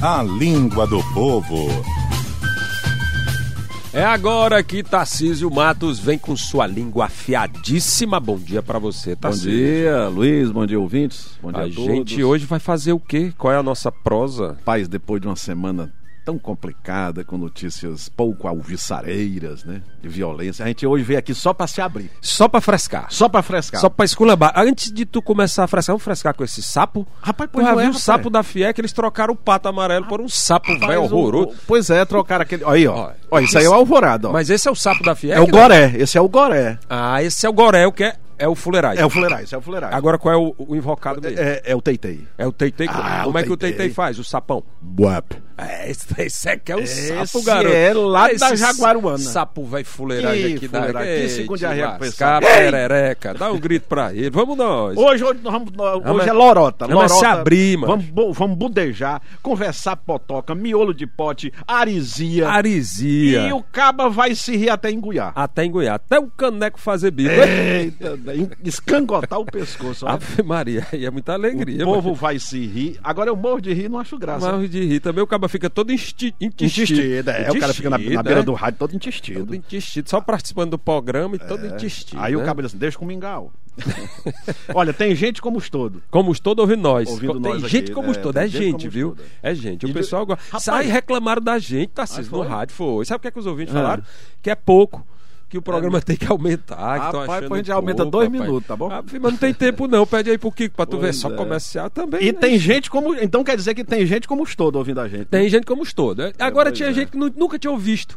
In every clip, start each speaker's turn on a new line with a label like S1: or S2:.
S1: A língua do povo.
S2: É agora que Tarcísio Matos vem com sua língua afiadíssima. Bom dia pra você,
S3: Bom
S2: Tarcísio.
S3: dia, Luiz. Bom dia, ouvintes. Bom dia
S2: A
S3: a, todos.
S2: gente hoje vai fazer o quê? Qual é a nossa prosa?
S3: Paz, depois de uma semana tão complicada, com notícias pouco alviçareiras, né? De violência. A gente hoje veio aqui só pra se abrir.
S2: Só pra frescar.
S3: Só pra frescar.
S2: Só pra esculambar. Antes de tu começar a frescar, vamos frescar com esse sapo?
S3: Rapaz,
S2: tu
S3: pois
S2: já
S3: não
S2: viu
S3: é,
S2: o
S3: rapaz.
S2: sapo da FIEC? Eles trocaram o pato amarelo por um sapo
S3: Mas
S2: velho
S3: o-
S2: horroroso.
S3: o- Pois é, trocar aquele. Aí, ó.
S2: Ó,
S3: Ó, isso aí é o alvorado, ó.
S2: Mas esse é o sapo da FIEC?
S3: é o
S2: né?
S3: Goré. Esse é o Goré.
S2: Ah, esse é o Goré, o que é, é o fuleirais.
S3: É o Fuleirais, é o Fuleirais.
S2: Agora qual é o, o invocado dele? É,
S3: é, é o Teitei.
S2: o Teitei.
S3: Ah,
S2: Como
S3: o
S2: é que o
S3: Teitei.
S2: Teitei faz? O sapão.
S3: Buap.
S2: É, esse, esse é que é o
S3: Esse
S2: sapo, garoto.
S3: é lá
S2: Esse
S3: da Jaguaruana.
S2: Sapo vai fuleiragem
S3: Ih,
S2: aqui da
S3: fuleiragem. Que segundo a régua
S2: Lascar,
S3: pensar. Ei!
S2: perereca. Dá um grito pra ele. Vamos nós.
S3: Hoje, hoje, nós vamos, nós-
S2: Vamos-
S3: hoje é lorota.
S2: vamos
S3: lorota.
S2: Ah, se abrir, mano.
S3: Vamos, bu- vamos budejar, conversar potoca, miolo de pote, arisia.
S2: Arisia.
S3: E o caba vai se rir até engoiar.
S2: Até engoiar. Até o caneco fazer bico.
S3: Ah, Eita, em- escangotar o pescoço. ó.
S2: Ave Maria. Aí é muita alegria.
S3: o povo vai se rir. Agora eu morro de rir e não acho
S2: mas-
S3: graça.
S2: Morre de rir também. O cara fica todo insti... intestido.
S3: Intestida, é. O cara fica na, na
S2: Intestido,
S3: beira
S2: é.
S3: do rádio todo intestido.
S2: Todo intestido. Só participando do programa e todo intestido.
S3: É. Aí o
S2: né?
S3: cabo diz assim, deixa com mingau. Olha, tem gente como os todos.
S2: Como os todos ouvindo nós.
S3: Ouvindo
S2: tem
S3: nós aqui,
S2: gente como os
S3: né?
S2: todos, é
S3: Tem gente
S2: gente,
S3: como os
S2: viu?
S3: todos.
S2: É gente.
S3: E
S2: O
S3: do-
S2: pessoal agora.
S3: Rapaz.
S2: Sai reclamaram da gente, tá
S3: Ah,
S2: no
S3: foi?
S2: rádio, foi. Sabe o que, é que os ouvintes
S3: Ah. É.
S2: falaram? Que é pouco. Que o programa tem que aumentar. Que tão
S3: Rapaz,
S2: achando
S3: pois a gente
S2: pouco,
S3: aumenta dois
S2: rapaz.
S3: minutos, tá bom?
S2: Ah, filho, mas não tem tempo, não. Pede aí pro Kiko pra tu ver
S3: Pois
S2: só
S3: é.
S2: comercial também.
S3: E
S2: né?
S3: tem gente como. Então quer dizer que tem gente como os todos ouvindo a gente. né?
S2: Tem gente como os todos. né? Agora
S3: pois
S2: tinha
S3: é.
S2: gente que nu- nunca tinha ouvido.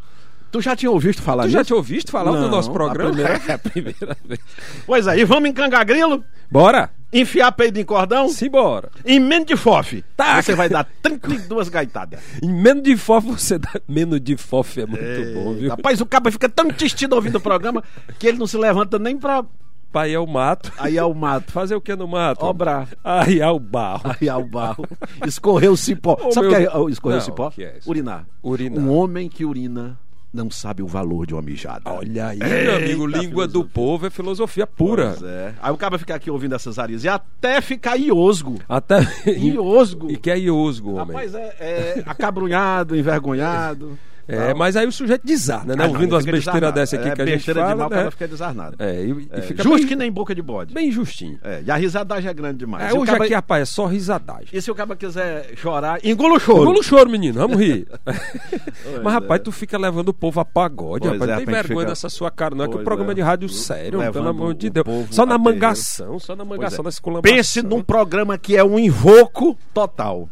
S3: Tu já tinha ouvido falar
S2: Tu
S3: nisso?
S2: já tinha ouvido falar do
S3: Não,
S2: nosso
S3: a
S2: programa?
S3: primeira-
S2: É a primeira vez.
S3: Pois é, e vamos em cangagrilo,
S2: Bora!
S3: enfiar peido em cordão,
S2: Simbora!
S3: em mente de fofe.
S2: Tá.
S3: Você vai dar 32 gaitadas.
S2: Em menos de fofo você dá. Menos de fofo é muito bom, viu?
S3: Rapaz, o cabo fica tão intestido ouvindo o programa que ele não se levanta nem pra.
S2: Pai é o mato.
S3: Aí ao mato.
S2: Fazer o que no mato?
S3: Obrar.
S2: Aí é o barro.
S3: Aí ao barro. Escorrer o cipó.
S2: Ô,
S3: Sabe o
S2: meu-
S3: que é ó, escorrer
S2: Não,
S3: o cipó?
S2: o que é isso?
S3: Urinar.
S2: Urinar.
S3: Um homem que urina não sabe o valor de uma mijada.
S2: Olha aí, meu amigo,
S3: Eita,
S2: língua do
S3: tá filosofia.
S2: povo é filosofia pura.
S3: Pois é. Aí o cara ficar aqui ouvindo essas arias e até ficar iosgo.
S2: Até
S3: Iosgo.
S2: E que é iosgo, homem.
S3: Rapaz, é, é acabrunhado, envergonhado.
S2: É, mas aí o sujeito desarna, né?
S3: Ah, não,
S2: Ouvindo
S3: ele
S2: as
S3: fica
S2: besteiras
S3: desarnado.
S2: dessa aqui
S3: É,
S2: que a gente
S3: besteira de
S2: fala,
S3: mal, o cara
S2: né?
S3: fica desarnado.
S2: É, e, e
S3: É,
S2: fica
S3: justo
S2: bem,
S3: que nem boca de bode.
S2: bem justinho.
S3: É, e a risadagem é grande demais.
S2: É,
S3: Se o
S2: hoje
S3: cara-
S2: aqui, rapaz, é só risadagem.
S3: E se o cara quiser chorar, engula o choro.
S2: Engula o choro, menino, vamos rir. Mas, rapaz,
S3: é.
S2: tu fica levando o povo a pagode,
S3: Pois
S2: rapaz.
S3: é,
S2: não tem
S3: rapaz,
S2: vergonha
S3: fica-
S2: dessa sua cara, não. É que o
S3: Pois
S2: programa
S3: é.
S2: de rádio sério, pelo
S3: Levando
S2: amor de
S3: o
S2: Deus.
S3: povo
S2: Só na
S3: a terreiro.
S2: mangação, só na mangação, na esculambação.
S3: Pense num programa que é um invoco total.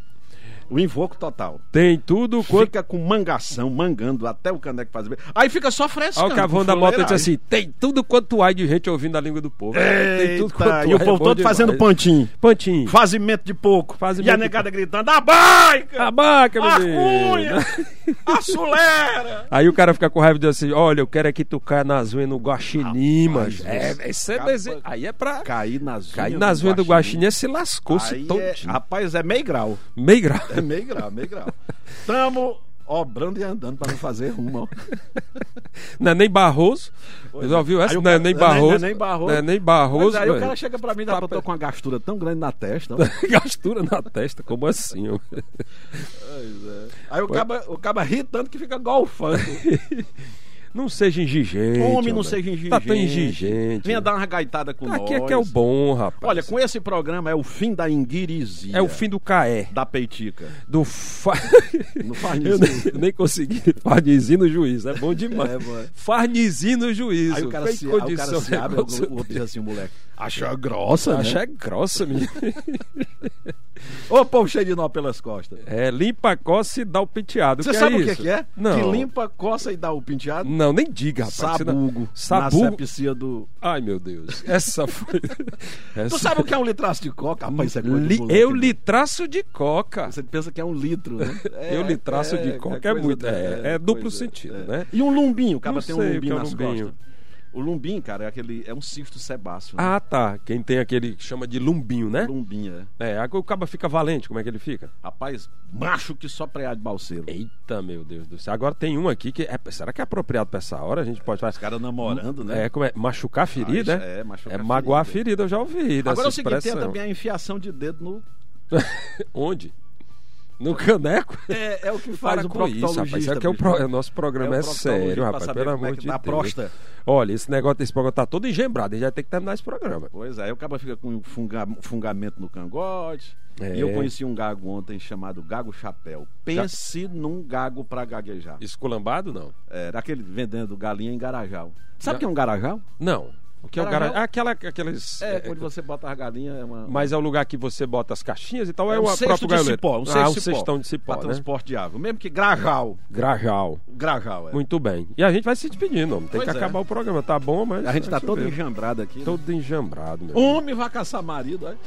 S3: O invoco total.
S2: Tem tudo quanto.
S3: Fica com mangação, mangando até o caneco fazer. bem. Aí fica só frescando.
S2: Olha o Cavão da Mota disse
S3: fuleiragem.
S2: assim: tem tudo quanto há de gente ouvindo a língua do povo. tem tudo
S3: Eita,
S2: quanto
S3: e
S2: há,
S3: o
S2: é
S3: povo
S2: bom
S3: todo
S2: demais.
S3: fazendo pantinho.
S2: Pantinho.
S3: Fazimento de pouco.
S2: Fazimento
S3: e a
S2: de
S3: negada gritando: a baica!
S2: Abaca,
S3: a
S2: menino.
S3: cunha! a sulera!
S2: Aí o cara fica com raiva e diz assim: olha, eu quero é que tu caia nas unhas no guaxinim, mas. É, esse é
S3: acaba-
S2: desenho. Aí é pra.
S3: Cair nas
S2: Cair nas unhas do guaxinim é se lascou, se
S3: Aí
S2: todo.
S3: é- rapaz, é meio grau.
S2: Meio grave.
S3: É meio grau, meio grau. Tamo obrando e andando pra não fazer rumo.
S2: Não é nem Barroso. Já ouviu essa?
S3: Aí o
S2: Não é
S3: cara-
S2: nem
S3: não é nem-
S2: Barroso.
S3: não é nem Barroso.
S2: Não é nem
S3: Mas
S2: Barroso.
S3: aí o
S2: velho.
S3: cara chega pra mim e
S2: Tá
S3: eu tô
S2: pe-
S3: com uma gastura tão grande na testa. ó.
S2: Gastura na testa, como assim? homem?
S3: Aí o caba, o caba ri tanto que fica golfando.
S2: Não seja indigente.
S3: Homem, não
S2: homem.
S3: seja indigente.
S2: Tá tão indigente.
S3: Venha dar uma gaitada com nós.
S2: Aqui é que é o bom, rapaz.
S3: Olha, com esse programa é o fim da inguirizia.
S2: É o fim do caé.
S3: da peitica.
S2: Do fa...
S3: No
S2: Eu
S3: farnizinho.
S2: nem, nem consegui. Farnizinho no juiz. É bom demais.
S3: É, mano.
S2: Farnizinho no juiz.
S3: Aí o cara,
S2: Tem
S3: se, aí o
S2: condição,
S3: cara se abre, o
S2: negócio
S3: outro diz assim, moleque. Acha grossa, né?
S2: Achar é grossa, menino.
S3: Ô, povo cheio de nó pelas costas.
S2: É, limpa a coça e dá o penteado.
S3: Você
S2: que
S3: sabe
S2: é
S3: o que
S2: isso?
S3: que é?
S2: Não.
S3: Que limpa, coça e dá o penteado?
S2: Não, nem diga, rapaz. Você não-
S3: Sabugo. Na
S2: Sabugo.
S3: sepsia do...
S2: Ai, meu Deus. Essa foi. Essa...
S3: Tu sabe o que é um litraço de coca? Rapaz, isso é coisa de
S2: Li-
S3: moleque,
S2: Eu
S3: né?
S2: lhe traço de coca.
S3: Você pensa que é um litro, né? É,
S2: eu lhe traço de coca. É,
S3: coisa
S2: muito.
S3: da-
S2: É, é duplo
S3: coisa-
S2: sentido,
S3: é.
S2: né?
S3: E um lumbinho, o cara
S2: Não
S3: tem um
S2: sei o que é
S3: lumbinho
S2: um
S3: nas
S2: lumbinho.
S3: costas. O lumbinho, cara, é, aquele, é um cisto sebáceo. né?
S2: Ah, tá. Quem tem aquele que chama de lumbinho, né?
S3: Lumbinha.
S2: É, aí o caba fica valente, como é que ele fica?
S3: Rapaz, macho que só preá de balseiro.
S2: Eita, meu Deus do céu. Agora tem um aqui que. é- será que é apropriado pra essa hora? A gente pode fazer.
S3: Os caras namorando, né?
S2: É, como é? Machucar a ferida,
S3: Ah, isso-
S2: né?
S3: é, machucar a
S2: magoar a
S3: ferida. é
S2: ferida, eu já ouvi. Dessa
S3: Agora é o seguinte, tem
S2: expressão.
S3: também a enfiação de dedo no
S2: Onde? No caneco?
S3: É, é o que
S2: Para
S3: faz o
S2: com isso,
S3: proctologista.
S2: rapaz. Isso aqui é o, pro-
S3: bicho.
S2: é o nosso programa,
S3: É
S2: é,
S3: o proctologista
S2: sério,
S3: pra
S2: rapaz.
S3: saber
S2: Pelo
S3: como é
S2: amor
S3: que
S2: de
S3: dá a
S2: Deus.
S3: próstata.
S2: Olha, esse negócio desse programa tá todo engembrado. A gente vai ter que terminar esse programa.
S3: Pois é, eu acaba fica com um funga- fungamento no cangote.
S2: É.
S3: E eu conheci um gago ontem chamado Gago Chapéu. Pense num gago pra gaguejar.
S2: Esculambado, não?
S3: Era aquele vendendo galinha em garajal.
S2: Já-
S3: Sabe o que é um garajal?
S2: Não. O que é o
S3: Garajal?
S2: garajal? Aquela, aqueles...
S3: É,
S2: é,
S3: quando você bota as galinhas, é uma.
S2: Mas é o lugar que você bota as caixinhas e tal? É,
S3: um
S2: o
S3: cesto
S2: próprio
S3: de
S2: gaioleiro?
S3: cipó, um cesto
S2: ah, um
S3: de cipó.
S2: cestão de cipó,
S3: Pra
S2: né?
S3: transporte de água. Mesmo que grajal.
S2: Grajal.
S3: Grajal, é.
S2: Muito bem. E a gente vai se despedindo, homem. Tem
S3: Pois
S2: que
S3: é.
S2: acabar o programa, tá bom, mas...
S3: A gente
S2: é
S3: tá
S2: isso
S3: todo
S2: mesmo.
S3: enjambrado aqui. né?
S2: Todo enjambrado, meu.
S3: Homem vai caçar marido, é? olha.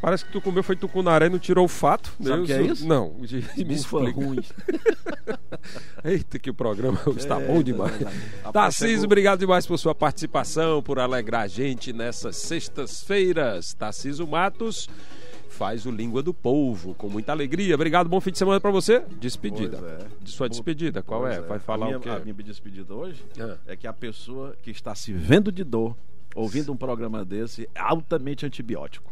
S2: Parece que tu comeu foi tucunaré e não tirou o fato.
S3: Sabe
S2: Eu
S3: o que é
S2: sou-
S3: isso?
S2: Não, de- me
S3: Ufa,
S2: explica.
S3: ruim. É,
S2: Eita, que o programa hoje está bom demais.
S3: Rapaz,
S2: Tarcísio,
S3: chegou.
S2: obrigado demais por sua participação, por alegrar a gente nessas sextas-feiras. Tarcísio Matos faz o Língua do Povo com muita alegria. Obrigado, bom fim de semana para você. Despedida.
S3: Pois é.
S2: De sua despedida, qual
S3: Pois
S2: é? Vai falar
S3: a minha,
S2: o quê?
S3: A minha despedida hoje
S2: Ah.
S3: é que a pessoa que está se vendo de dor, ouvindo um programa desse, é altamente antibiótico.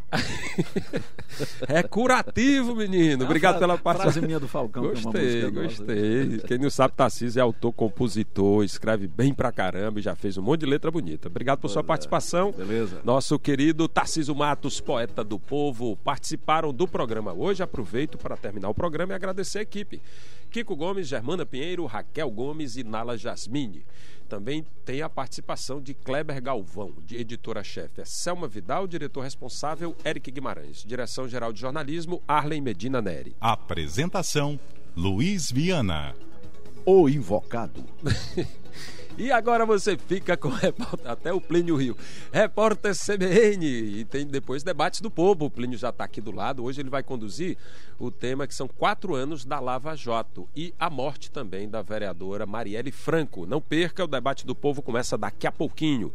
S2: É curativo, menino. Obrigado pela
S3: É Frase
S2: participação.
S3: minha do Falcão, que é uma
S2: Gostei,
S3: música nossa.
S2: gostei. Quem não sabe, Tarcísio é autor, compositor, escreve bem pra caramba e já fez um monte de letra bonita. Obrigado por sua participação.
S3: é. Beleza.
S2: Nosso querido Tarcísio Matos, poeta do povo, participaram do programa hoje. Aproveito para terminar o programa e agradecer a equipe. Kiko Gomes, Germana Pinheiro, Raquel Gomes e Nala Jasmine. Também tem a participação de Kleber Galvão, de editora-chefe. É Selma Vidal, diretor responsável, Eric Guimarães. Direção-geral de jornalismo, Arlen Medina Neri.
S1: Apresentação: Luiz Viana.
S3: O invocado.
S2: E agora você fica com o repórter, até o Plínio Rio. Repórter CBN. E tem depois debate do povo. O Plínio já está aqui do lado. Hoje ele vai conduzir o tema que são quatro anos da Lava Jato e a morte também da vereadora Marielle Franco. Não perca, o debate do povo começa daqui a pouquinho.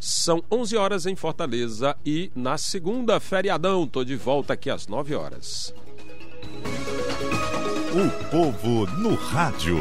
S2: São 11 horas em Fortaleza e na segunda, feriadão. Tô de volta aqui às 9 horas.
S1: O povo no rádio.